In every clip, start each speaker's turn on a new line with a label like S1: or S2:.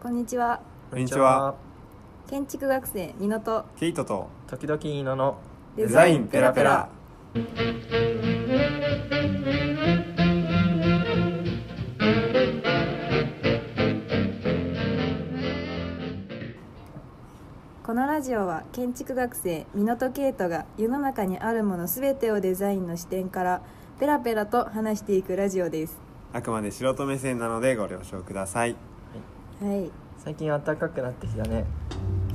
S1: こんにちは
S2: こんにちは。
S1: 建築学生みのと
S2: ケイトと
S3: 時々いいのの
S2: デザインペラペラ。
S1: このラジオは建築学生みのとケイトが世の中にあるものすべてをデザインの視点からペラペラと話していくラジオです
S2: あくまで素人目線なのでご了承ください。
S1: はい
S3: 最近暖かくなってきたね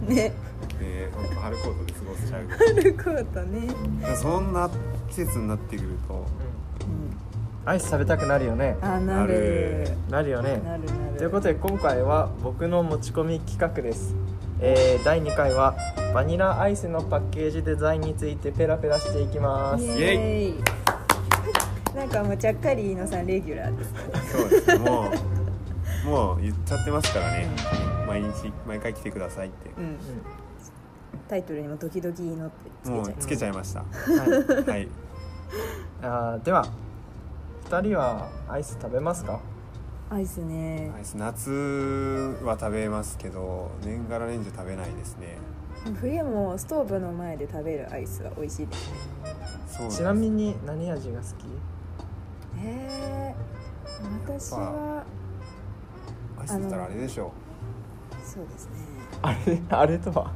S1: ね
S2: えー、なんか春コートで過ごしちゃ
S1: あることね、
S2: う。そんな季節になってくると、
S1: うん、
S3: アイス食べたくなるよね
S1: あなる
S3: なるよね
S1: なるなる
S3: ということで今回は僕の持ち込み企画です、えー、第2回はバニラアイスのパッケージデザインについてペラペラしていきます
S1: イエーイ なんかもうちゃっかり飯野さんレギュラーです
S2: そうです。もう もう言っちゃってますからね。毎日毎回来てくださいって
S1: う。ん
S3: う
S1: タイトルにも「時々飯野」ってつけ
S2: も
S1: ちゃ
S2: う
S1: いま
S2: つ
S1: す
S2: けちゃいました。
S3: んはい、
S2: はい。
S3: あーでは2人はアイス食べますか
S1: アイスね
S2: アイス夏は食べますけど、年がら年中食べないですね。
S1: 冬もストーブの前で食べるアイスは美味しいです
S2: そう
S3: ちなみ
S2: に
S3: に何味が好き
S1: へえ私は
S2: アイスだったらあれでしょ
S1: そうですね
S3: あれあれとは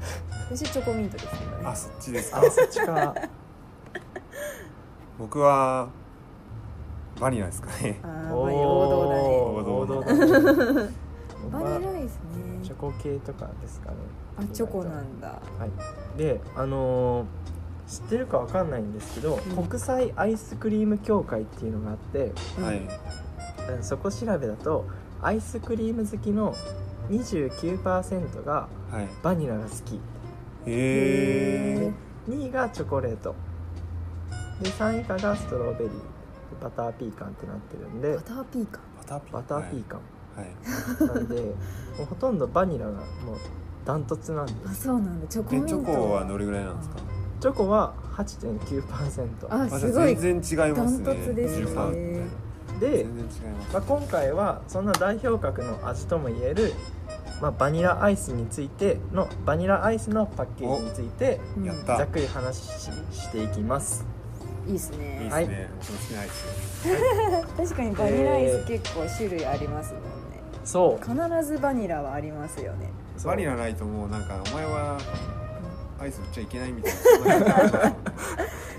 S1: 私チョコミントですけど
S2: う。
S1: ね
S2: あ、そっちです
S3: あ
S2: か。
S3: そっちか
S2: 僕はバニラですかね。
S1: あーバニラ王
S3: おー
S2: 王道
S3: 王道
S2: だ
S3: だね
S1: 道だね バニラアイス
S3: チョ
S1: ね
S3: コ系とかですかね
S1: あチョコなんだ
S3: はいであのー知ってるかわかんないんですけど、
S1: うん
S3: 国際アイスクリーム協会っていうのがあって、
S1: うん
S2: はい。
S3: うんそこ調べだとアイスクリーム好きの29%が
S2: はい。
S3: バニラが好き
S2: へえ。
S3: 2位がチョコレートで3位以下がストロベリーでバターピーカンってなってるんで
S1: バターピーカン
S2: バターピー
S3: バターピーカン、
S2: はい。
S3: なんで もうほとんどバニラがもうダントツなんで
S1: あ
S3: す
S1: そうなんだチョコミ
S2: え
S1: ント
S2: チョコはどれぐらいなんですか。
S3: チョコは8.9%
S1: あ
S2: あじゃ
S1: す
S2: あ
S1: ごい
S2: 全然違いますね。
S1: ダントツですね
S2: 13
S3: で
S2: 全然違います。
S3: まあ、今回はそんな代表格の味ともいえる、まあ、バニラアイスについてのバニラアイスのパッケージについて
S1: うん
S2: やった
S3: ざっくり話ししていきます
S1: いいっす
S2: いいで
S1: ね
S2: すね。僕の好きなアイ ス。
S1: 確かにバニラアイス結構種類ありますもんね
S3: そ
S1: 必ずバニラはありますよね
S3: うそう
S2: バニラないともうなんかお前はアイス売っちゃいけないみたいな。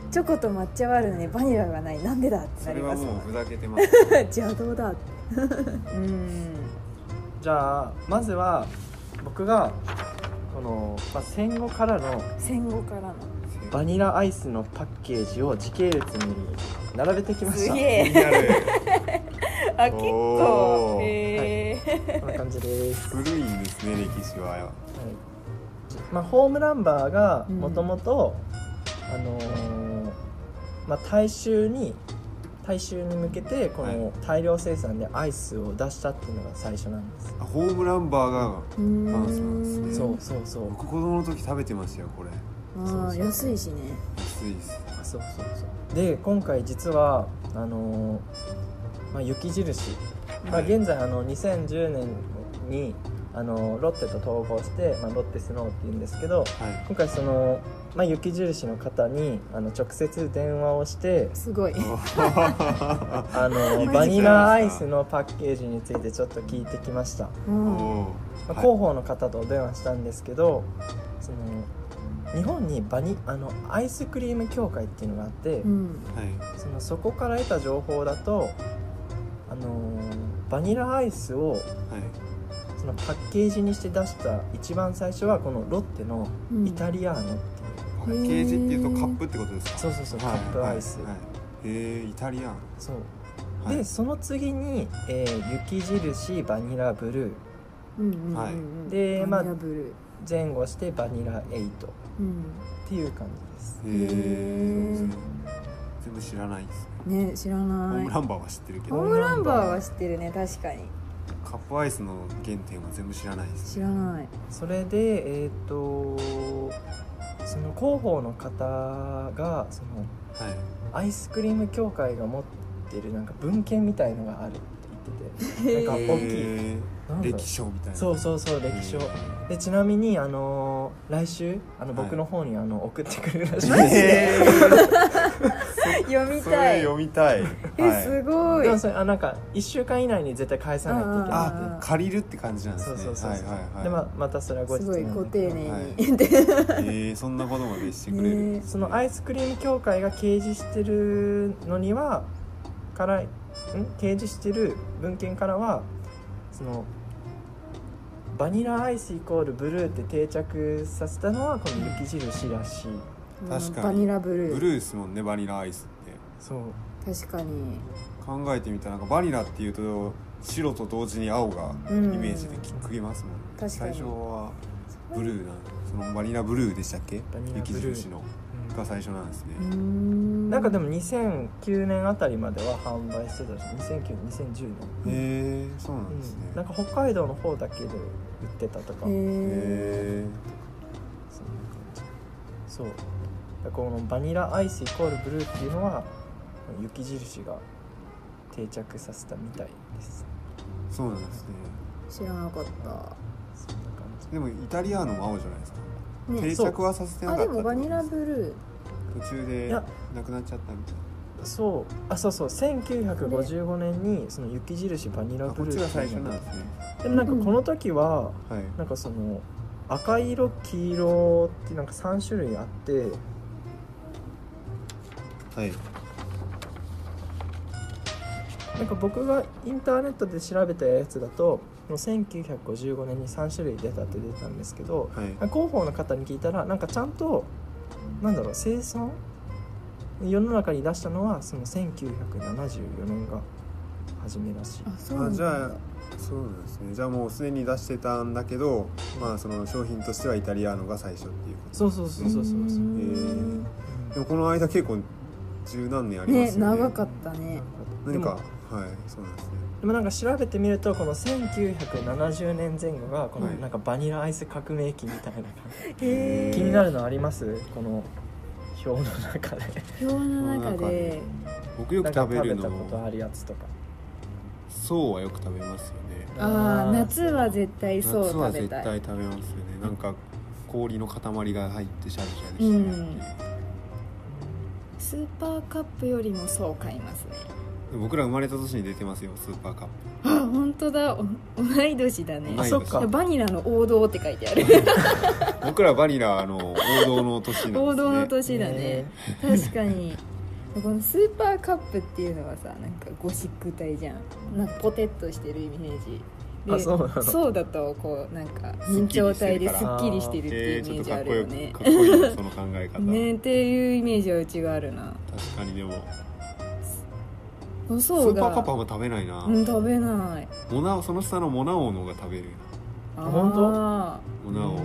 S1: チョコと抹茶はあるのにバニラがないなんでだって
S2: そ
S1: な
S2: れ
S1: り
S2: は
S1: ます
S2: も
S1: も
S2: うんふざけてます。
S1: 邪道だってうん
S3: じゃあまずは僕がこの、まあ、戦後からの
S1: 戦後からの
S3: バニラアイスのパッケージを時系列に並べてきまし
S1: す
S3: た
S1: げ
S3: こ
S2: 気
S1: え
S2: になる。
S1: あ結構
S2: おー
S1: へえ
S3: んな感じです、はい
S2: 古いんですね歴史は。
S3: まあ、ホームランバーがもともとあのーまあ、大衆に大衆に向けてこ
S2: は
S3: の大量生産でアイスを出したっていうのが最初なんです、
S2: あホームランバーが
S1: う
S2: あそうなんですね
S3: そうそうそう
S2: 僕子供の時食べてましたよこれ。
S1: まあ
S3: そうそう
S1: 安いしね
S2: 安いです。
S3: そうそうそうで今回実はあのーまあ、雪印、まあ、現在あの2010年にあのロッテと統合して、まあ、ロッテスノーっていうんですけど
S2: はい。
S3: 今回その、まあ、雪印の方にあの直接電話をして
S1: すごい
S3: あの
S2: い
S3: バニラアイスのパッケージについてちょっと聞いてきました、
S1: うん
S2: お
S3: まあ
S2: ーは
S3: 広
S2: い
S3: 報の方とお電話したんですけどその日本にバニあのアイスクリーム協会っていうのがあって、
S1: うん
S2: はい。
S3: そのそこから得た情報だと、あのーバニラアイスを
S2: はい。
S3: そのパッケージにして出した一番最初はこのロッテの
S1: うん
S3: イタリアーノっていう、
S2: パッケージっていうとカップってことですか。
S3: そうそうそう、
S2: は
S3: カ
S2: い
S3: ップアイス、
S2: はいはいへえイタリアン、
S3: そう、
S2: はい、
S3: でその次に、えー雪印バニラブルー
S1: うんうんうんうん
S2: はい
S3: で
S1: バ
S3: まあ
S1: ニラブルー
S3: 前後してバニラエイトっ
S1: うん
S3: ていう感じです
S2: へ
S1: へ
S2: え
S1: ー
S2: 全部知らないですね
S1: ね知ら
S2: ホー
S1: ない
S2: ムランバーは知ってるけ
S1: ホー
S2: ど
S1: ムランバーは知ってるね確かに
S2: カップアイスの原点は全部知らないです
S1: 知らない
S3: それでえっ、とその広報の方がその
S2: はい
S3: アイスクリーム協会が持ってるなんか文献みたいのがあるってててなんか大きい
S2: え
S3: なんだろう
S2: ー、歴史みたいな
S3: そうそうそう歴史をでちなみにあのー来週あの
S2: はい
S3: 僕の方にあの送ってくれるらしい、
S1: マジで
S2: えー
S1: 読み
S2: そ
S1: た
S2: れ
S1: い
S2: 読みた い、
S1: えすごい
S3: でもそれあなんか1週間以内に絶対返さないといけない
S2: あ借りるって感じなんですね
S3: そうそうそうそう
S2: はいはいはい
S3: でままたそれは後日
S1: すごい
S3: なんだ
S1: ご
S3: けど
S1: 丁寧
S2: はい
S1: に、で
S2: えー、そんなことまでしてくれる、
S1: ね
S3: そのアイスクリーム協会が掲示してるのにはからん掲示してる文献からはそのバニラアイスイコールブルーって定着させたのはこの雪印らしい
S2: 確かに
S1: バニラブルー
S2: ブルーですもんねバニラアイスって
S3: そう
S1: 確かに
S2: 考えてみたらなんかバニラっていうと白と同時に青がイ
S1: うん
S2: メージできっくりますもん、ね
S1: 確かに
S2: 最初はブルーなそのバニラブルーでしたっけ
S3: バニラブ
S2: 雪
S3: ルー
S2: 印のが最初なんですね、
S1: うん
S3: なんかでも2009年あたりまでは販売してたし2009年2010年、
S2: へえそうな
S3: うん
S2: ですね、
S3: ん、なんか北海道の方だけで売ってたとか、
S1: へえ
S2: へ
S3: そんな感じそうだからこのバニラアイスイコールブルーっていうのは雪印が定着させたみたいです
S2: ーそうなんですね
S1: 知らなかった
S3: そんな感じ
S2: でもイタリアーノも青じゃないですか、
S1: ね
S2: 定着はさせてな
S1: あ
S2: かった
S1: で
S2: って
S1: も
S2: こ
S1: バ
S2: とす
S1: ニラブル
S2: 途中で
S3: いや
S2: なくなっちゃったみたい
S3: そうあそうそう1955年にその雪印バニラ
S2: なあこ
S3: ブ
S2: っ
S3: ルー
S2: ち
S3: てい
S2: が
S3: うの
S2: 最初なんですね
S3: でもなんかこの時は
S2: はい
S3: なんかその赤色黄色ってなんか3種類あって
S2: はい
S3: なんか僕がインターネットで調べたやつだともう1955年に3種類出たって出たんですけど
S2: はい
S3: 広報の方に聞いたらなんかちゃんとなんだろう生存世の中に出したのはその1974年が初めらしい
S1: ーあそうなん
S2: あじ
S1: だ
S2: ゃあそうなんですねじゃあもうすでに出してたんだけどまあその商品としてはイタリアーノが最初っていうこと
S3: そうそうそうそうそうそう、うん
S1: ん
S2: へーでもこの間結構十何年ありま
S1: ね
S2: すよね
S1: 長かったね
S2: 何
S3: で
S2: か
S3: も
S2: はいそうなんですね
S3: でもなんか調べてみるとこの1970年前後がこの
S2: はい
S3: なんかバニラアイス革命期みたいな感じ、
S1: へえ
S3: 気になるのありますこの表の中で
S1: 表の中で
S2: 僕よ
S3: な
S2: く
S3: んか
S2: 食べ
S3: 食べ
S2: る
S3: たことあ
S2: の
S3: るやつとか
S2: そうはよく食べますよね
S1: あ
S3: ー
S1: あ夏は絶対
S2: 夏
S1: そう
S2: は
S1: 食べ
S2: 絶
S1: たい
S2: 対食べますよねなんか氷の塊が入ってシャリシャリしてるっていう
S1: スーパーカップよりもそう買いますね
S2: 僕ら生まれた年に出てますよスーパーカッ
S1: あ本当だお同い年だね
S2: プ
S3: あそっか
S1: いやバニラの王道って書いてある
S2: 僕らバニラの王道の年なんですね
S1: 王道の年だね確かにこのスーパーカップっていうのはさなんかゴシック体じゃんなんかポテッとしてるイメージで
S3: あそうなの
S1: そうだとこうなんか明朝体ですっきりしてるってい
S2: え
S1: う
S2: ー、
S1: イ
S2: ちょ
S1: メ
S2: っ
S1: ー
S2: と
S1: ジ
S2: か
S1: あ
S2: っこ
S1: るよ
S2: よく
S1: ね
S2: かっこいいなその考え方、
S1: ねっていうイメージはうちがあるな
S2: 確かにでもス
S1: そう
S2: ー
S1: が
S2: パーカップあんま食べないな、
S1: うん食べない
S2: モナその下のモナ王の方が食べる
S1: あ
S3: 本当
S1: あ
S2: モナ王、
S3: う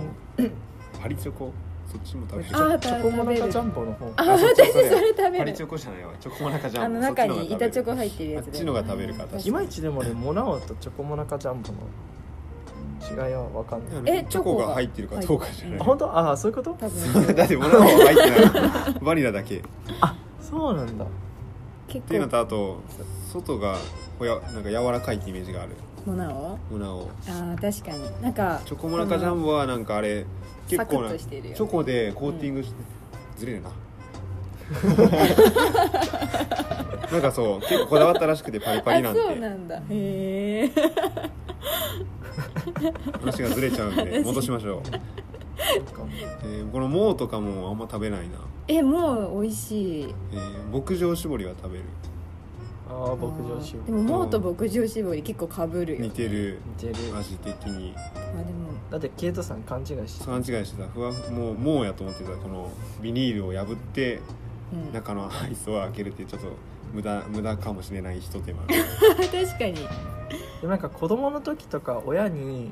S2: パリチョコそっちも食べる
S3: チ
S1: あ
S3: ョ
S1: ー
S3: チョコモ
S1: 食
S3: ナ
S1: べ
S3: カ
S1: る
S3: ジャンボの方
S1: あ
S2: あそっち
S1: 私そ
S2: それ
S1: れ食べ
S2: パリ
S1: る
S2: チョコじゃないわチョコモナカじゃ
S1: あ
S2: ん
S1: の中
S2: そっ
S1: に
S2: ちの方が食べる
S1: 板チョコ入ってるやつだよね
S2: あっちのが食べるか
S1: 確
S3: いまいちでもねモナオとチョコモナカジャンボの違いは分かんない
S2: あの
S1: え
S2: チョコが入ってるかどうかじゃない、
S3: あ本当ああそういうこと
S1: 多分
S2: だってモナ王は入ってないバニラだけっ
S3: そうなんだ
S1: 結
S2: ていうの
S1: 構
S2: とあと外がほやなんか柔らかいってイメージがある
S1: モナオ
S2: モナ王
S1: あー確かになんか
S2: チョコモナカジャンボはなんかあれ結
S1: サク
S2: 構
S1: ッ
S2: な
S1: と
S2: チ
S1: してるよね
S2: ョコでコーティングして、ずれるな なんかそう結構こだわったらしくてパリパリなん
S1: あ
S2: て
S1: そうなんだへえ
S2: 話がずれちゃう んで戻しましょう、
S3: そうかも
S2: えーこのモーとかもあんま食べないな、
S1: えもう美味しい
S2: えー牧場絞りは食べる
S3: ああ牧場種
S1: でももうと牧場絞り結構かぶるよね
S2: 似てる
S3: 似てる
S2: 味的に
S1: あでも
S3: だってケイトさん勘違いして
S2: 勘違いしてたふわもうもうやと思ってたこのビニールを破って
S1: うん、
S2: 中のアイスを開けるっていうちょっと無駄無駄かもしれない一手間
S1: 確かに
S3: でもなんか子供の時とか親に、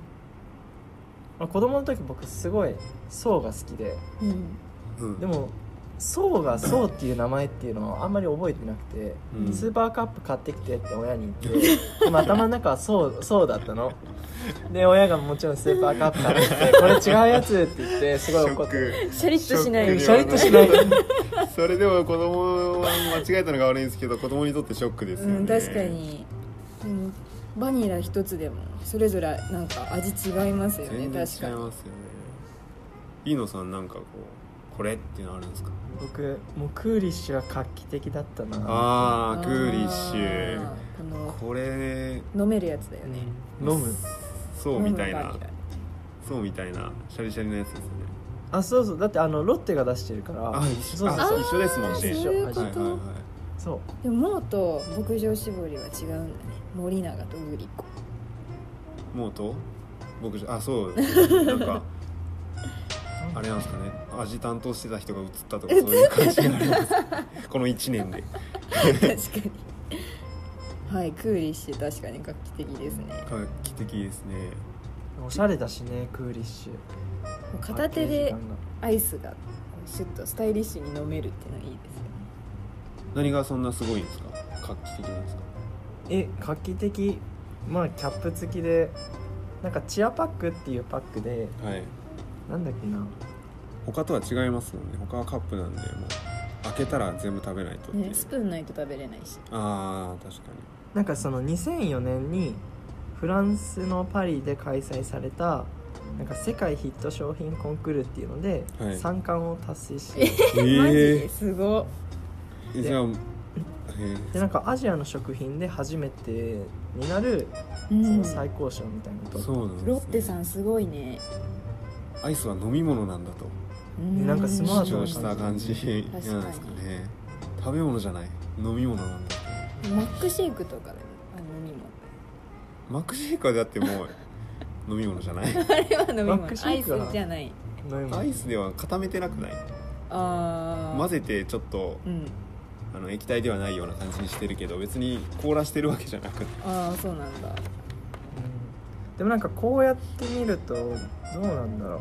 S3: まあ、子供の時僕すごい層が好きで
S1: うん
S2: うん
S3: でも層が層っていう名前っていうのはあんまり覚えてなくて、
S2: うん
S3: スーパーカップ買ってきてって親に言ってでも頭の中はそうそうだったので親がもちろんスーパーカップ買ってきてこれ違うやつって言ってすごい怒って
S2: ショック
S1: シャリッとしない
S3: シャリッとしない
S2: それでも子供は間違えたのが悪いんですけど子供にとってショックですよね、
S1: うん確かにでもバニラ一つでもそれぞれなんか味違いますよね
S2: 全然違います
S1: 確か
S2: よね
S1: に
S2: 飯野さんなんかこうこれっていうのあるんですか
S3: 僕もうクーリッシュは画期的だったな
S2: あークーリッシュ
S1: あーあの
S2: これ
S1: 飲めるやつだよね
S3: 飲む
S2: そうみたいな
S1: 飲むバニ
S2: そうみたいなシャリシャリのやつですね
S3: あそうそうだってあのロッテが出してるから
S2: あ一
S3: そ
S2: 緒
S3: う
S2: あ
S3: そう
S2: そう一緒ですもんね
S1: ラそういうこと
S2: はいはいはい
S3: そう
S1: でもモーと牧場絞りは違うんだね森永とグリコ
S2: もうと僕じゃ あそうですねなんかあれなんですかね味担当してた人が映ったとかそういう感じになりますこの1年で
S1: 確かにはいクーリッシュ確かに画期的ですねも
S2: 画期的ですね
S3: おしゃれだしねクーリッシュ
S1: う片手で
S3: パッケージ感が
S1: アイスがシュッとスタイリッシュに飲めるっていうのはいいですね
S2: 何がそんなすごいんですか画期的なんですか
S3: え画期的まあキャップ付きでなんかチアパックっていうパックで
S2: はい
S3: なんだっけな
S2: 他とは違いますもんね他はカップなんでもう開けたら全部食べないとっていう、
S1: ねスプーンないと食べれないし
S2: ああ確か
S3: なんかその2004年にフランスのパリで開催されたなんか世界ヒット商品コンクールっていうので、
S2: はい
S3: 三冠を達成し
S2: に
S1: マジ
S2: え
S1: ですごっ
S2: ーえじゃあえ
S3: でなんかアジアの食品で初めてになる
S1: う
S3: そ
S1: ん
S3: の最高賞みたいなの
S2: ー、
S3: と、
S2: そうなんです、ね、
S1: ロッテさんすごいね
S2: アイスは飲み物なんだと
S1: うん
S3: なんかスマー
S2: 主
S3: ト
S2: 張した感じなんですかね
S1: 確か
S2: 食べ物じゃない飲み物なんだと
S1: マックシェイクとかでもあの飲み物
S2: マックシェイクはだってもう飲み物じゃない
S1: あれは飲み
S3: マックシ
S1: 物ア
S3: ェ
S1: イ
S3: イクは
S1: スじゃない
S3: 飲み
S2: ア
S3: 物
S2: イスでは固めてなくない
S1: ああ
S2: 混ぜてちょっと
S1: うん
S2: あの液体ではないような感じにしてるけど別に凍らしてるわけじゃなくて
S1: ああそうなんだ
S3: うんでもなんかこうやって見るとどうなんだろう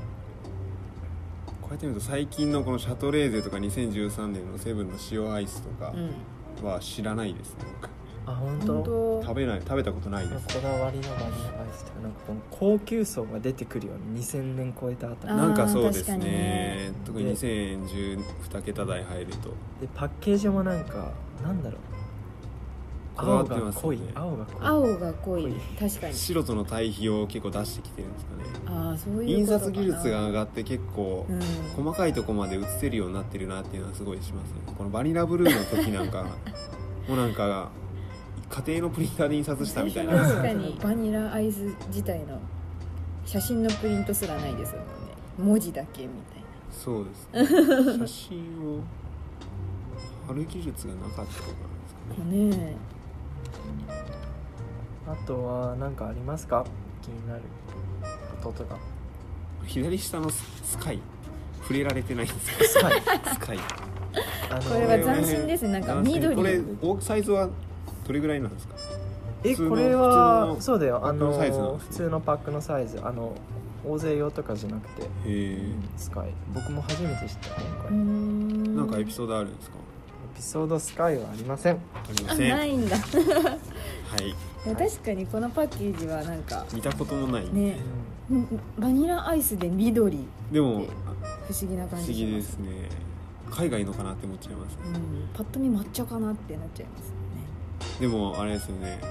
S2: こうやって見ると最近のこのシャトレーゼとか2013年のセブンの塩アイスとか
S1: うん
S2: は知らないですね僕
S3: あ本当
S1: 本当
S2: 食べない食べたことないです
S3: こだわりのバニラアイスとかなんかこの高級層が出てくるよね2000年超えたあたり
S1: あー
S2: なんかそうですね
S3: 確
S2: 特
S3: かに
S2: に
S3: ね
S2: 2012桁台入ると
S3: でパッケージもなんかなんだろう
S2: こだわ
S3: 青
S2: ってま
S3: が
S2: すよ
S3: 濃
S2: ね
S3: い青が濃い
S1: 青が濃い
S3: 濃い
S1: 確かに
S2: 白との対比を結構出してきてるんですかね
S1: ああそういう
S2: 印
S1: ことか
S2: 刷
S1: な
S2: 技術が上がって結構
S1: うん
S2: 細かいとこまで映せるようになってるなっていうのはすごいしますねこのバニラブルーの時な んかもうなんか家庭のプリンターで印刷したみたいな
S1: 確かにバニラアイス自体の写真のプリントすらないですもんね文字だけみたいな
S2: そうですね写真を貼る技術がなかったとかなんですかね
S1: ね
S3: あとは何かありますか気になるこ ととか
S2: 左下のススカイ触れられてない んですよ
S3: スカイ
S2: スカイ
S3: あの
S1: これは斬新ですねなんか緑
S2: これ大サイズはどれぐらいなんですか
S3: え
S2: 普通の
S3: これ
S2: 普通
S3: は
S2: の
S3: そうだよあ
S2: パックのサイズ
S3: の
S2: なんですね
S3: 普通のパックのサイズあの大勢用とかじゃなくて
S2: へえ
S3: スカイ僕も初めて知った今
S1: う
S3: 回エ
S1: ん
S2: なんかエピソードあるんですか
S3: ピソードスカイはありません
S2: ありま
S1: あ
S2: せん
S1: な
S2: はい
S1: いんだ確かにこのパッケージはなんか
S2: 見たこともない、
S1: ねんバニラアイスで緑
S2: でも
S1: 不思議な
S2: 不
S1: 感
S2: 思
S1: じし
S2: 議
S1: ま
S2: ですね海外のかなって思っちゃいますね
S1: うん、パッと見抹茶かなってなっちゃいますよね
S2: でもあれですよね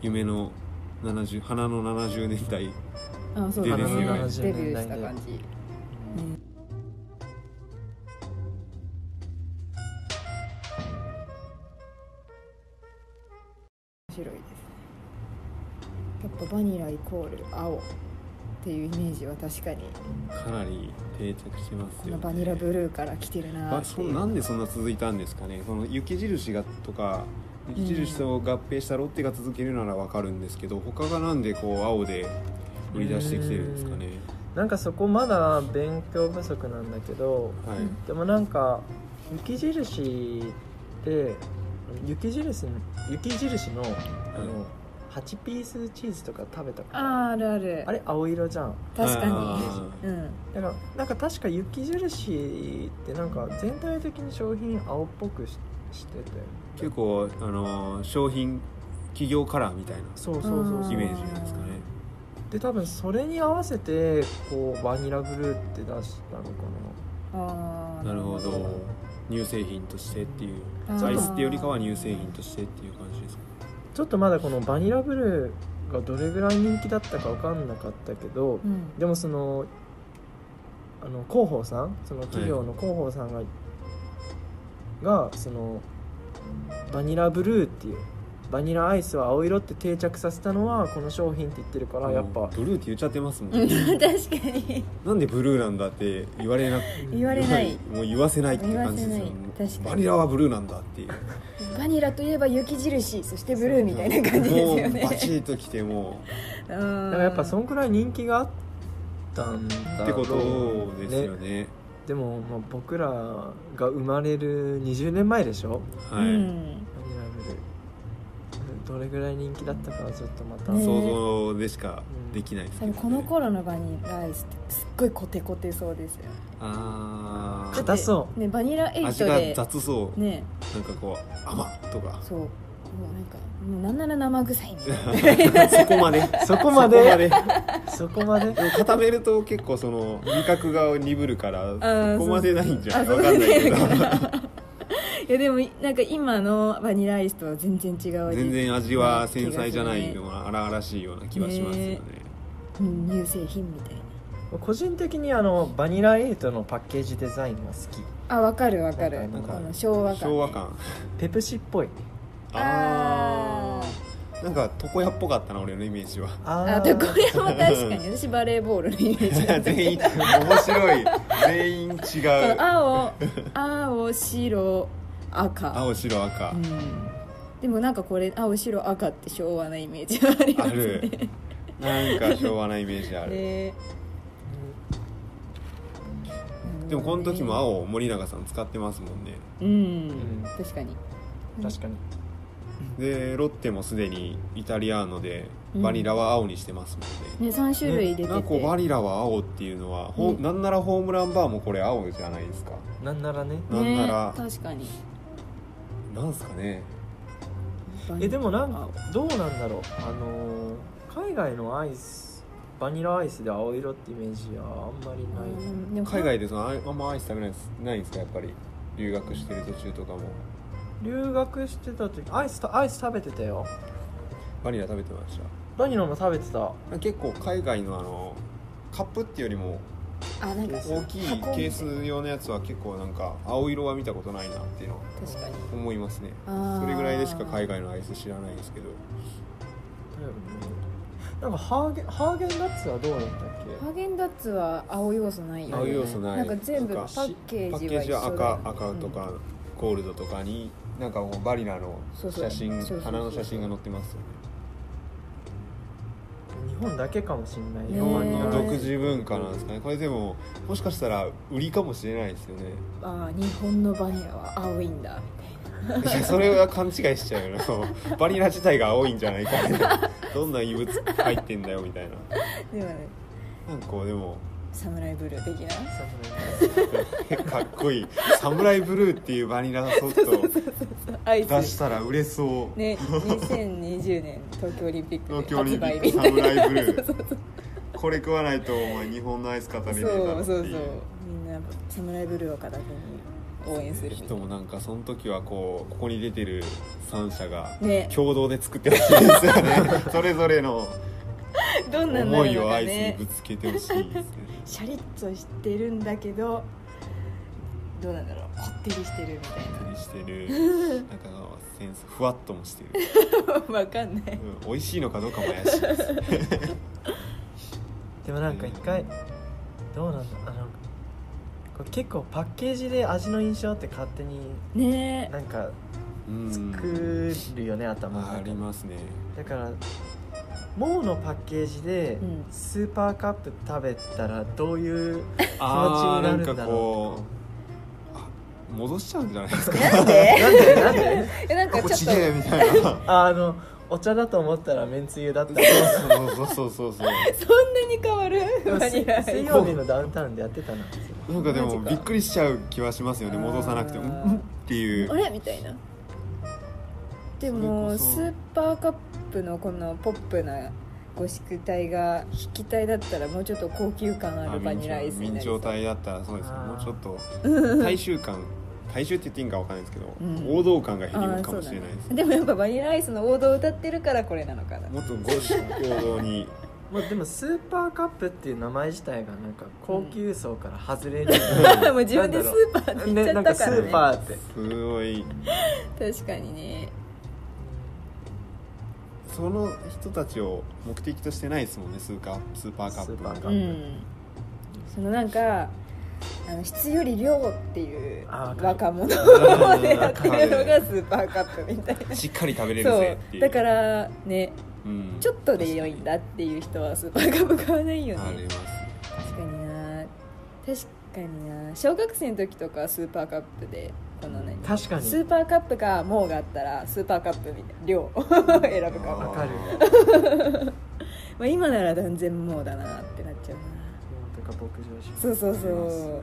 S2: 夢の70花の70年代
S1: あそう
S2: で
S1: だ
S2: ですよね
S1: あの
S3: 70
S1: デビュー
S3: 年代
S1: し
S3: で
S1: た感じ面白いですねやっぱバニライコール青っていうイメージは確かに
S2: かなり定着してます
S1: こ
S2: よ、
S1: の
S2: ね、
S1: バニラブルーから来てるな
S2: あ
S1: って
S2: そ
S1: いうう
S2: なんでそんな続いたんですかねその雪印がとか雪印と合併したロッテが続けるならわかるんですけど他がなんでこう青で売り出してきてるんですかね
S3: なんかそこまだ勉強不足なんだけど
S2: はい、
S1: うん
S3: でもなんか雪印って雪印の雪印のあの8ピースチーズとか食べたこと
S1: あーあるある
S3: あれ青色じゃん
S1: 確か
S2: あ
S1: にうん
S3: だからなんか確か雪印ってなんか全体的に商品青っぽくししてて
S2: 結構あのー商品企業カラーみたいな
S3: そうそうそうそう
S2: イメージなんですかね
S3: で多分それに合わせてこうバニラブルーって出したのか
S1: あー
S2: なるほど乳製品としてっていう
S1: あー
S2: アイスってよりかは乳製品としてっていう感じですか
S3: ちょっとまだこのバニラブルーがどれぐらい人気だったか分かんなかったけど、
S1: うん
S3: でもそのあの広報さんその企業の広報さんが、がそのバニラブルーっていうバニラアイスは青色って定着させたのはこの商品って言ってるからやっぱ、
S2: ブルーって言っちゃってますもん、
S1: うん 確かに
S2: なんでブルーなんだって言われなく
S1: 言われない
S2: もう言わせないって感じです
S1: 言
S2: よ
S1: わせない確かに
S2: バニラはブルーなんだっていう
S1: バニラといえば雪印そしてブルーみたいな感じですよね
S2: もうバチッときても
S3: だ
S1: だ
S3: からやっぱそんくらい人気があったんだろう
S2: うってことですよね
S3: でももう僕らが生まれる20年前でしょ
S2: はい、
S1: うん
S3: バニラブルーどれぐらい人気だったかはちょっとまた、
S1: ね
S2: 想像でしかできないです
S1: 多
S2: けど
S1: 分
S2: ね
S1: この頃のバニラアイスってすっごいコテコテそうですよ
S2: あー
S3: 硬そう
S1: ねバニラエイ
S2: 味
S1: ト
S2: が
S1: で
S2: 雑そう、
S1: ね
S2: なんかこう甘とか
S1: そうもうなんかもうなんなら生臭いみたいな
S2: そこまで
S3: そこまで
S2: そこまで
S3: そこまで
S2: でも固めると結構その味覚が鈍るから
S1: ー
S2: そこまでないんじゃない
S1: そう
S2: わかんないけど
S1: あ いやでもなんか今のバニラアイスとは全然違う味
S2: 全然味は繊細じゃないのが荒々しいような気はしますよね
S1: ねうん乳製品みたいな
S3: 個人的にあのバニラエイトのパッケージデザインが好き
S1: あわかるわかる
S3: わかるわか
S1: こ
S3: る
S1: の昭和感、
S2: 昭和感
S3: ペプシっぽい
S2: あ
S1: あ
S2: ーなんか床屋っぽかったな俺のイメージは
S3: あ
S1: あ
S3: ー
S1: あとこれも確かに私バレーボールのイメー ジだった
S2: 全員面白い全員違う
S1: 青青白赤
S2: 青白赤
S1: うん、でもなんかこれ青白赤って昭和なイメージがありま
S2: あ
S1: すね
S2: るなんか昭和なイメージある
S1: ね
S2: でもこの時も青を森永さん使ってますもんね
S1: うん、
S3: ん
S1: 確かに
S3: 確かに
S2: でロッテもすでにイタリアーノでバニラは青にしてますもんね、
S1: ね3種類出てて、
S2: なんかこうバニラは青っていうのは、ほ
S1: うん
S2: ん、なんならホームランバーもこれ青じゃないですか
S3: なんならね
S2: なんなら
S1: ね、確かに
S2: なんすかね
S3: えでもなんかどうなんだろうあのー海外のアイスバニラアイスで青色ってイメージはあんまり
S1: う
S3: ない、
S1: んでも
S2: 海外でそのああんまアイス食べないですないんですかやっぱり留学してる途中とかも
S3: 留学してた時アイスアイス食べてたよ
S2: バニラ食べてまし
S3: バニラも食べてた
S2: た結構海外のあのカップっていうよりも
S1: あなんか
S2: 大きい
S1: 箱みた
S2: ケ
S1: い
S2: ース用のやつは結構なんか青色は見たことないなっていうのは
S1: 確かに
S2: 思いますね
S1: あー
S2: それぐらいでしか海外のアイス知らないですけど
S3: なんかハーゲンハーゲンダッツはどうなんだっ
S1: ハーゲンダッツは青要素ないよね
S2: 青要素ない
S1: なんか全部パッケージは一緒だよね
S2: パッケージは赤赤と
S1: うん
S2: か、ゴールドとかになんかもうバリナの
S1: そうそう
S2: 写真
S1: そうそうそう
S2: 花の写真が載ってますよね
S3: け日本だけかもしんない
S1: ね
S2: 日
S3: よバニ
S2: 本
S3: ラア
S2: の
S3: イス
S2: 独自文化なんですかねこれでももしかしたら売りかもしれないですよね
S1: あー日本のバニラは青いんだ
S2: いやそれは勘違いしちゃうよ なバニラ自体が青いんじゃないかみた いなどんな異物入ってんだよみたいな
S1: でもね
S2: なんかこうでも
S1: サムライブルー的な
S2: かっこいい「サムライブルー」っていうバニラソフ トを
S1: アイス
S2: 出したら売れそう
S1: ね、2020年東京オリンピック
S2: 東
S1: で
S2: 京オリ
S1: 発
S2: ン
S1: 売
S2: ピッ
S1: 日
S2: クサムライブルーこれ食わないとお前日本のアイス語れねえ
S1: そ
S2: だろ
S1: う
S2: って
S1: そ
S2: い
S1: そう
S2: う
S1: みんなサムライブルーを片手に応援するみたい
S2: 人もなんかその時はこうここに出てる3社が
S1: ね
S2: 共同で作ってほしいですよね それぞれの
S1: などんなにな
S2: 思
S1: る
S2: い
S1: の
S2: を
S1: か
S2: アイスに
S1: ね
S2: ぶつけてほしいですね
S1: シャリッとしてるんだけどどうなんだろうこってりしてるみた
S2: 何してるなんかセンスふわっともしてる、
S1: いな わかんない
S2: うん、美味しいのかどうかも怪しいです
S3: でもなんか一回どうなんだあのこれ結構パッケージで味の印象って勝手に
S1: ね
S3: なんか
S2: うん
S3: 作るよね、頭の
S2: あ
S3: 中
S2: り
S3: に
S2: ますね
S3: だからモーのパッケージで
S1: うん
S3: スーパーカップ食べたらどういう
S2: あー
S3: 気持ちになるんだろうん
S2: なかこうあ戻しちゃうんじゃないですか
S1: なんで
S3: なんでなんで
S1: えなんか
S2: ここ
S1: ち
S2: ち
S1: ょっ
S2: げえみたいな
S3: ああのお茶だと思ったらめんつゆだった り
S2: そうそうそうそう
S1: とそんなに変わるバニラアイス
S3: 水曜日のダウンタウンでやってたな
S2: なんかでも
S1: マジか
S2: びっくりしちゃう気はしますよね
S3: あー
S2: 戻さなくてもうんうんってい
S1: あ
S2: う
S1: れみたいなでも
S2: それこそ
S1: スーパーカップのこのポップなゴシック体が筆記体だったらもうちょっと高級感あるバニラアイスに
S2: 明
S1: なりそ
S2: 朝
S1: う
S2: 体だったらそうですよ
S3: あー
S2: もうちょっと大衆感大衆って言っていいんかわかんないですけど、
S1: うん
S2: 王道感が減
S1: あ
S2: る
S1: あ
S2: か
S1: そ
S2: も
S1: う
S2: し
S1: だ
S2: れ
S1: ね
S2: ないです、
S1: でもやっぱバニラアイスの王道を歌ってるからこれなのかな
S2: もっとご主道に
S3: まあ、でもスーパーカップっていう名前自体がなんか高級層から外れる、
S1: もう自分でスーパーって言っちゃ
S3: な
S1: った
S3: んだろうねなんかス
S1: からね
S3: ーパーって
S2: すごい
S1: 確かにね
S2: その人たちを目的としてないですもんねスーカスーパーカップ
S3: スーパーカップ
S1: うんそのなんかあの質より量っていう
S3: あー
S1: 若者
S2: わ
S1: でや
S2: か
S1: っ
S2: る
S1: てるのがスーパーカップみたいな
S2: しっかり食べれるぜって
S1: そ
S2: いうう
S1: だからね
S2: うん
S1: ちょっとで良いんだっていう人はスーパーカップ買わないよ
S2: あり
S1: ね
S2: ます
S1: 確かにな確かにな小学生の時とかスーパーカップでこのね
S3: 確かに
S1: スーパーカップかもうがあったらスーパーカップみたいな量を選ぶかも
S3: わかる
S1: まあ、今なら断然もうだなってなっちゃうな
S3: とか牧場主
S1: そうそうそ
S2: ありますね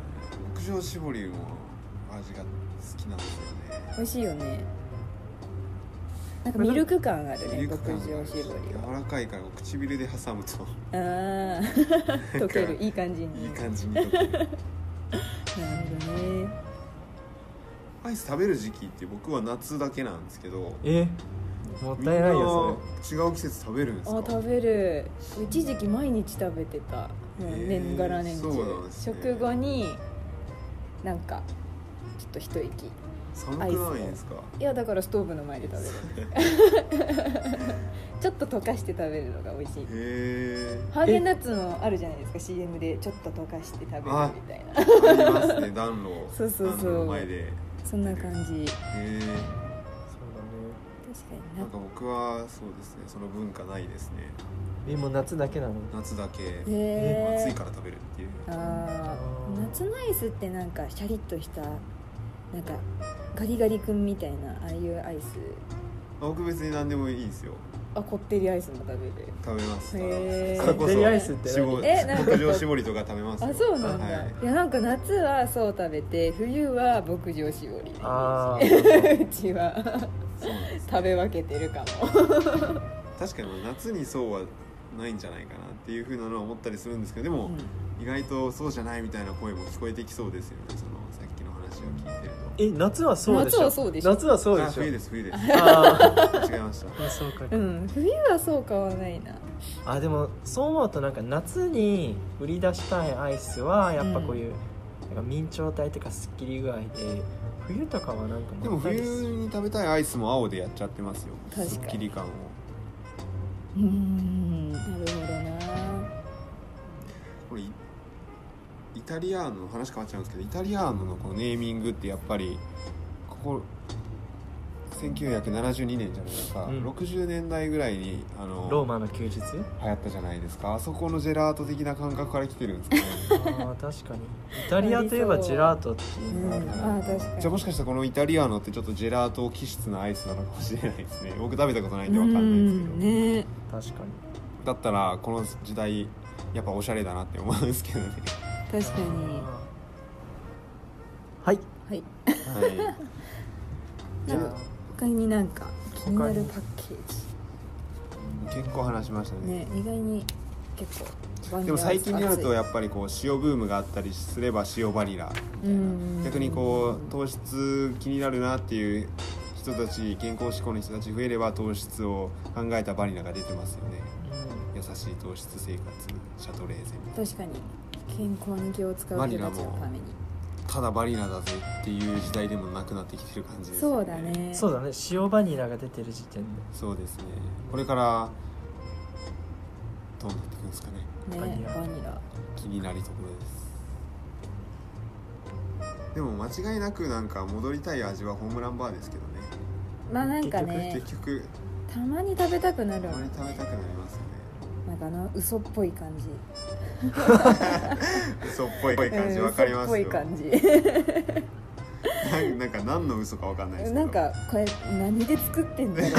S1: う
S2: 牧場絞りも味が好きなんですよね
S1: 美味しいよねなんかミルク感あるね
S2: ミル
S1: 牧
S2: ク感
S1: 場
S2: が
S1: 絞り
S2: 柔らかいから唇で挟むと
S1: はああ 溶けるいい感じに
S2: いい感じに溶ける
S1: なるほどね
S2: アイス食べる時期って僕は夏だけなんですけど
S3: えもったいないよ
S2: みんな違う季節食べるんです
S1: あ
S2: か
S1: 食べる一時期毎日食べてたもう
S2: へえ
S1: 年がら年中、
S2: そうなんですね
S1: 食後になんかちょっと一息い
S2: 寒くないんですか
S1: やだからストーブの前で食べる ちょっと溶かして食べるのが美味しい
S2: へえ
S1: ハーゲンダッツのあるじゃないですか CM でちょっと溶かして食べるみ
S2: あ
S1: たいな
S2: ありますね暖炉
S1: そうそうそう
S2: 暖炉の前でへ
S1: そんな感じ確か
S2: え
S3: そ
S1: に
S3: そう
S2: な
S1: なん
S2: か僕はそうですねその文化ないですね
S3: だねえもう夏だけなの
S2: 夏だけ、
S1: へー
S2: 暑いから食べるっていう
S1: あー夏のアイスってなんかシャリッとしたなんかガリガリ君みたいなああいうアイス
S2: 僕別に何でもいいですよ
S1: あこってりアイスも食べる
S2: 食べます
S1: へー
S2: それこ
S3: こっ
S2: そ
S3: てりアイスって何
S2: 絞
S1: えなんか
S2: 牧場絞りとか食べますよ
S1: あそうなんだ、、
S2: はい
S1: やなんか夏はそう食べて冬は牧場絞り
S3: ああ
S1: うちは
S2: そうなんです
S1: 食べ分けてるかも
S2: 確かに夏にそうはないんじゃないかなっていうふうなのは思ったりするんですけどでも、意外とそうじゃないみたいな声も聞こえてきそうですよねそのさっきの話を聞いてると
S3: え夏はそうでしょ
S1: 夏はそうでしょ
S3: 夏はそうで
S2: あ
S3: しょ
S2: 冬です冬です
S3: あ
S2: 違いました
S3: ーあそうか、
S1: うん、うん、冬はそう買わないな
S3: あでもそう思うとなんか夏に売り出したいアイスはやっぱこういう、なんか明朝体とかすっきり具合で冬とかはなんか
S2: でも
S3: った
S2: 冬
S3: りする
S2: に食べたいアイスも青でやっちゃってますよ
S1: 確かに
S2: すっきり感を
S1: うんなるほどな
S2: これイイタリアーノの話変わっちゃうんですけどイタリアーノのこうネーミングってやっぱりここ1972年じゃないですか、
S3: うん
S2: 60年代ぐらいにあの
S3: ローマの休 日
S2: 流行ったじゃないですかあそこのジェラート的な感覚から来てるんですかね
S3: あ ー確かにイタリアといえばジェラートっていうう、
S1: んあー確かに
S2: じゃあもしかしたらこのイタリアーノってちょっとジェラート気質なアイスなのかもしれないですね僕食べたことないんでわかんないですけど、
S1: うんね
S3: 確かに
S2: だったらこの時代やっぱおしゃれだなって思うんです けどね
S1: 確かに
S3: はい
S1: はい
S2: はい
S3: じゃあ
S1: 他になんか気になるパッケー
S2: 結構話しました
S1: ジね意外に結構
S2: でも最近になるとや
S1: っ
S2: っぱりこう塩ブームがあったりすれば塩バニラみたい
S1: うん
S2: な逆にこう糖質気になるなっていう人たち健康志向の人たち増えれば糖質を考えたバニラが出てますよね優しい糖質生活シャトレーゼみたい
S1: 確かに健康に気を使う人たちのために
S2: なただバニラだぜっていう時代でもなくなってきてる感じですよ
S1: そうだね
S3: そうだね塩バニラが出てる時点で
S2: そうですねこれからどうなっていくんですかね
S1: ね
S3: バニラ
S1: バニラ
S2: 気になりところですでも間違いなくなんか戻りたい味はホームランバーですけどね
S1: まあなんかね
S2: 結局
S1: たまに食べたくなる
S2: あ
S1: わ
S2: まり食べたくなりますよ
S1: なんかあの嘘っぽい感じ
S2: ね 嘘っぽい感じ
S1: うん
S2: わかります
S1: 嘘っ
S2: よ
S1: ぽい感じ
S2: なんなんか何の嘘かわかんないですけど
S1: なんかこれ何で作ってんだろう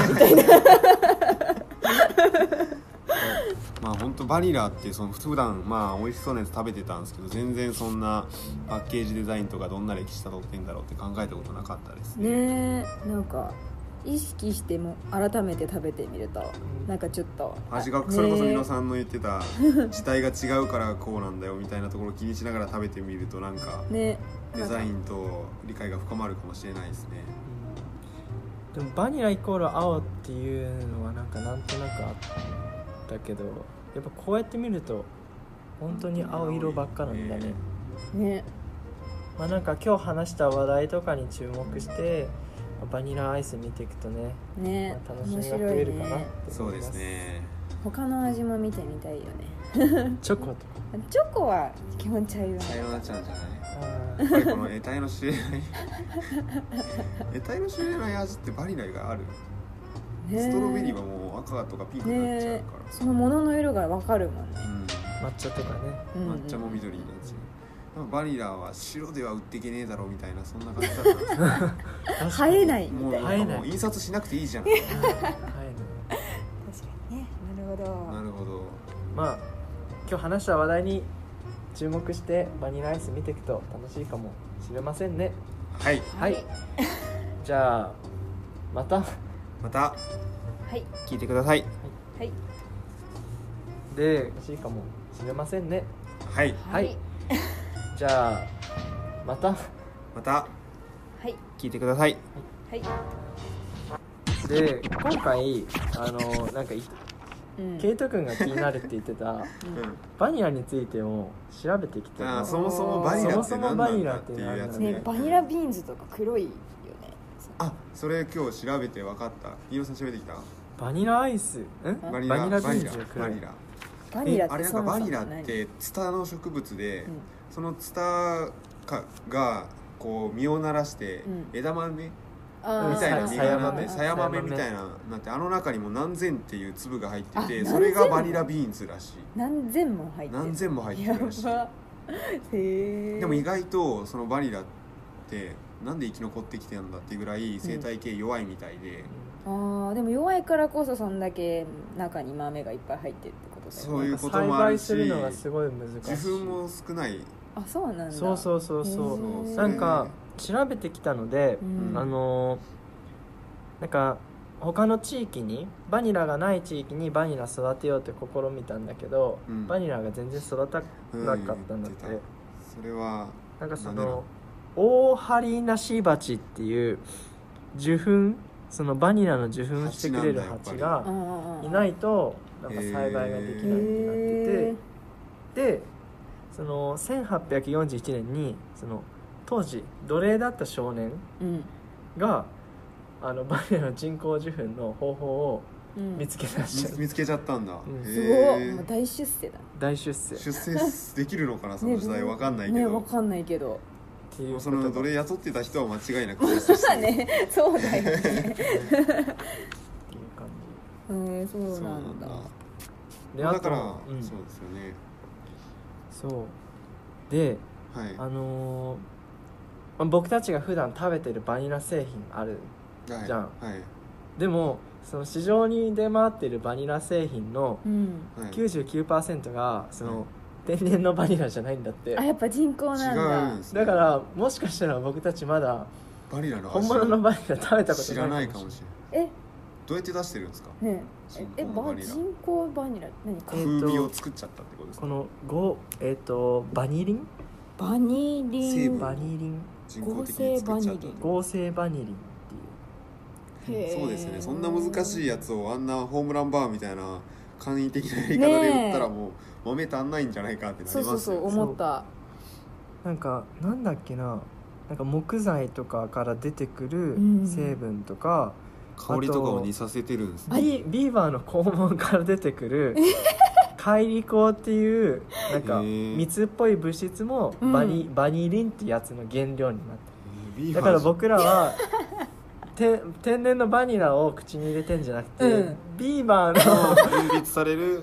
S2: まあ本当バニラってその普段まあ美味しそうなやつ食べてたんですけど全然そんなパ ッケージデザインとかどんな歴史たどってんだろうって考えたことなかったですね
S1: ねえなんか意識しても改めて食べてみると
S3: うん
S1: なんかちょっと
S2: 味が
S1: あ
S2: それこそ
S1: ね
S2: 皆さんの言ってた時代が違うからこうなんだよみたいなところを気にしながら食べてみるとなんか
S1: ね
S2: デザインと理解が深まるかもしれないですね
S3: でもバニライコール青っていうのはなんかなんとなくあったけどやっぱこうやって見ると本当に青色ばっかなんだね、
S1: ね
S3: まあ、なんか今日話した話題とかに注目してバニラアイス見ていくとね、
S1: ね
S3: まあ、楽しみ
S1: 面
S3: が増
S1: 白
S3: え
S1: い
S3: るかなって
S1: ね
S2: そう
S3: 思い
S2: で
S3: ますす
S2: ね
S1: 他の味も見てみたいよね
S3: チョコとか
S1: チョコは基本茶色
S2: 茶色になっちゃうんじゃない
S3: あ
S2: やっぱりこの得体の知れない 得体の知れない味ってバニラがある、
S1: ね
S2: ストロベリーはもう赤とかピンクになっちゃう
S1: ね
S2: から、
S1: そのものの色がわかるもんね
S3: 抹茶とかね
S1: うん
S2: うん、抹茶も緑になっちゃうでもバニラは白では売っていけねえだろうみたいなそんな感じだったんですよ
S1: 生えないい
S2: も
S1: み
S2: う
S1: たい
S2: な
S1: な確
S3: 生えない
S2: んかもう印刷しなくていいじゃん
S3: ない
S1: かにねなるほ
S2: な
S1: ど
S2: るほど
S3: まあ今日話した話題に注目してバニラアイス見ていくと楽しいかもしれませんね
S2: はい
S3: はいじゃあまた
S2: また
S1: はい
S2: 聞いてください
S1: はい
S3: で楽しいかもしれませんね
S2: はい
S3: はいじゃあまた
S2: また
S1: はい
S2: 聞いてください
S1: はい
S3: で今回あのなんかい
S1: うん
S3: ケイト君が気になるって言ってた
S2: うん
S3: バニラについても調べてきて
S2: あー
S3: そ
S2: そもそもバニラって何なんだっていうやつ
S1: ねバニラビーンズとか黒いよね
S2: あそれ今日調べて分かった飯尾さん調べてきた
S3: バニラアイスん
S2: バニラ
S3: バニラビ
S2: バ
S3: ー
S2: ニ
S3: ンズ
S2: ラ
S3: が来る
S2: バニラ
S1: バニラって
S2: あれなん
S1: そ
S2: か
S1: も
S2: バ
S1: そも
S2: ニラっ
S1: 何
S2: てツタの植物で、
S1: うん
S2: そのツタかがこう実をならして
S1: うん
S2: 枝豆み
S1: あー
S2: たいな実
S3: さや
S2: が
S3: ま
S2: な
S3: め
S2: って
S1: あ
S2: さや豆みたいなのになってあの中にも何千っていう粒が入っててそれがバニラビーンズらし
S1: 何千も入っ
S2: い
S1: てる
S2: 何千も入って
S1: や
S2: るらしい
S1: ばへえ
S2: でも意外とそのバニラってなんで生き残ってきてるんだっていうぐらい生態系弱いみたいで、
S1: あーでも弱いからこそそんだけ中に豆がいっぱい入ってるってことだよね
S2: そういうこと
S3: 栽
S2: もある
S3: 培
S2: し
S3: するのがすごい難しい
S2: 受粉も少ない
S1: あそうなんだ
S3: そうそうそう
S1: へ
S3: そ
S1: ー
S3: う
S2: そう
S3: なんか調べてきたので、
S1: うん
S3: あのーなんか他の地域にバニラがない地域にバニラ育てようって試みたんだけど、
S2: うん
S3: バニラが全然育たなかったんだって、
S2: うん言ってそれは
S3: なんかそ
S2: なんでな
S3: のオオハリナシバチっていう受粉そのバニラの受粉してくれる蜂
S2: 蜂なん
S1: う
S3: が
S1: んうんうん
S3: いないとなんか栽培ができないってなってて。
S1: へ
S3: でその1841年にその当時奴隷だった少年
S1: ーうん
S3: があのバニラの人工受粉の方法を
S1: うん
S3: 見つけ出し
S2: 見
S3: ちゃ
S2: つ
S3: う、
S2: 見つけちゃったんだ、
S3: うん
S1: すご
S2: へ
S1: い
S2: ー
S1: もう大出世だ
S3: 大出世っ
S2: 出世できるのかなその時代わかんないけ
S1: ね
S2: ど、
S1: わかんないけど
S3: ていう
S2: もう
S3: こ
S2: そ
S3: と
S2: の奴
S3: が
S2: 隷雇ってた人は間違いなく出世し
S1: まあ
S2: てる
S1: ね そうだよねへ
S3: っていう感
S1: えそう
S2: そう
S1: な
S2: なん
S1: ん
S2: だ
S1: だ
S3: じで
S2: だから、
S3: うん、
S2: そ
S3: そう
S2: ですよね
S3: うで
S2: はい
S3: あのーまあ僕たちが普段食べてるバニラ製品ある
S2: はい
S3: じゃん
S2: はい
S3: でもその市場に出回ってるバニラ製品の
S1: うん
S2: はい
S3: 99%がその天然のバニラじゃないんだって
S1: あやっぱ人工なん
S2: 違うん
S1: だ
S2: です、ね、
S3: だからもしかしたら僕たちまだ
S2: バニラの味
S3: 本物のバニラ食べたこ
S2: 知
S3: と
S2: ら
S3: な
S2: ないいかもしれない
S1: え
S2: どうやって出してるんですか
S1: ね
S2: 人工
S1: ええ
S2: バ
S1: ば
S2: ニラ
S1: 人工バニラ何か
S3: え
S2: 風
S3: ーと
S2: 味を作っちゃったってことです
S3: こ
S2: か
S3: のごえっ、とバニリン
S1: バニリ
S2: 成
S1: ン
S2: 分
S3: バニリン
S2: 人工的に作っちゃったってこ
S3: 合成バニリンっていう
S2: と
S1: へー
S2: そうですねそんな難しいやつをあんなホームランバーみたいな簡易的なやり方で売ったらもう豆足んないんじゃないかってなります
S1: そ
S2: よ
S1: う
S2: ね
S1: そうそう思った
S3: なんかなんだっけななんか木材とかから出てくる
S1: うん
S3: 成分とか、
S2: 香りとかを似させてるんですね
S3: ビビーバーの肛門から出てくる海里香っていうなんか
S2: へー
S3: 蜜っぽい物質もバニ,、バニリンってやつの原料になって
S2: えービーファ
S3: だ
S2: ー
S3: から僕らは て天然のバニラを口に入れてんじゃなくて、
S1: うん
S3: ビーバーの
S2: 分立される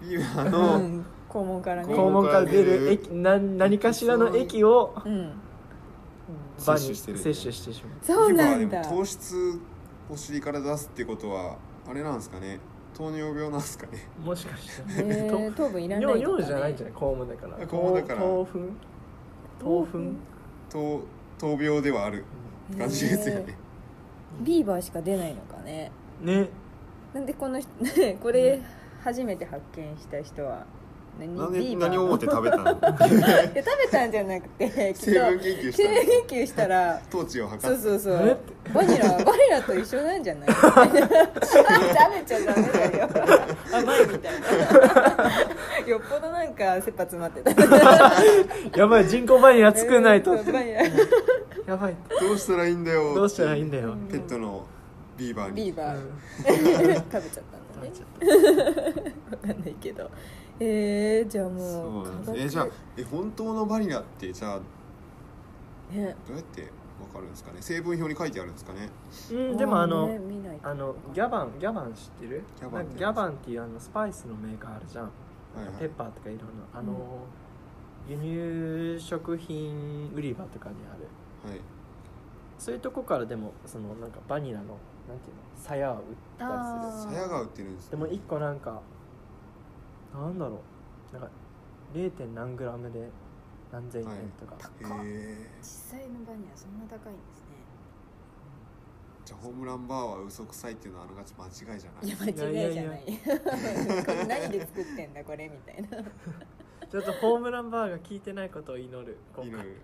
S2: ビーバー
S1: う
S2: の
S1: ん肛門からね
S2: こ
S3: 肛門から出る液な何かしらの液を
S1: うん
S3: バ
S2: 摂
S3: ニ
S2: 取してる
S3: 摂取してしまう
S1: そうなん
S2: ビーバー
S1: だ
S2: でも糖質お尻から出すってことはあれなんですかね糖尿病なんですかね
S3: もしかして
S1: えー糖分いらないとか
S3: 尿
S1: ね
S3: 尿じゃないんじゃない肛門だから
S2: あ肛門だから
S3: 豆腐豆
S1: 豆
S3: 腐
S1: 腐
S2: 糖糖病ではある感じですよね
S1: ビーバーしか出ないのかね
S3: ね
S1: なんでこの人 これ初めて発見した人は何
S2: なん
S1: ビ
S2: で
S1: ーバー
S2: 何を思って食べたの
S1: いや食べたんじゃなく てきっ
S2: 成
S1: と
S2: 分研究し
S1: 経
S2: たの
S1: 営研究したら
S2: 当地を測
S1: そう
S2: って
S1: そうそ
S3: え
S1: うバニ ラバニラと一緒なんじゃない食べちゃダメだよ甘いみたいなよっぽどなんか切羽詰まってた
S3: やばい人工バニラ作んないと
S1: そうバニラ
S3: やばい
S2: どうしたらいいんだよ
S3: どうしたらいいんだよ
S2: ペットのビーバー
S1: ビ
S2: に
S1: ーバー食べちゃったんだねわかんないけどえー、じゃあ
S2: そ
S1: もう
S2: うなん
S1: 科
S2: で
S1: 学
S2: すえじゃあえ本当のバニラってじゃあど
S1: ね
S2: うやってわかるんですかね成分表に書いてあるんですかね
S3: うんでもあ
S1: ね
S3: の
S1: 見ないと
S3: あのギャバンギャバン知ってる
S2: ギャバンっ
S3: な
S2: て
S3: んかギャバンっていうあのスパイスのメーカーあるじゃん
S2: はいは
S3: ペッ
S2: い
S3: パーとかいろんなあの、輸入食品売り場とかにある
S2: はい
S3: そういうとこからでもそのなんかバニラのなんていうの鞘を売ったり
S1: あ
S3: す
S1: ー
S3: る
S2: 鞘が売ってるんです
S3: でも1個なんかなんだろうなんか 0. 点何グラムで何千円とか、
S2: へ
S1: 高っ
S2: え
S1: 実際のバニラそんな高いんですね
S2: じゃあホームランバーは嘘くさいっていうのはあのがち間違いじゃない
S1: いや間違いじゃない これ何で作ってんだこれみたいな
S3: ちょっとホームランバーが効いてないことを祈る今
S2: い
S3: 回
S2: のよ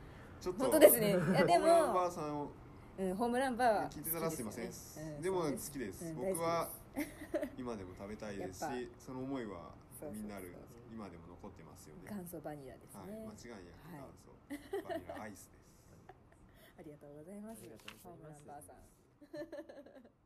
S2: ちょっと
S1: 本当ですねいやで
S2: ホームランバ
S1: も
S2: ーさんを
S1: うんホームランバーは
S2: 聞いてたらすいません
S1: 好きよねうん
S2: でも
S1: そ
S2: 好
S1: うす
S2: きです、
S1: うん
S2: 僕は 今でも食べたいですし
S1: やっぱ
S2: その思いは
S1: そうそうそう
S2: みんなある今でも残ってますよね
S1: 元祖バニラです
S2: はい
S1: ね、
S2: 間違いなく
S1: はい
S2: 元祖、バニラアイスです
S1: ありがとうございます
S3: ありがとうございます
S1: ホームランバーさん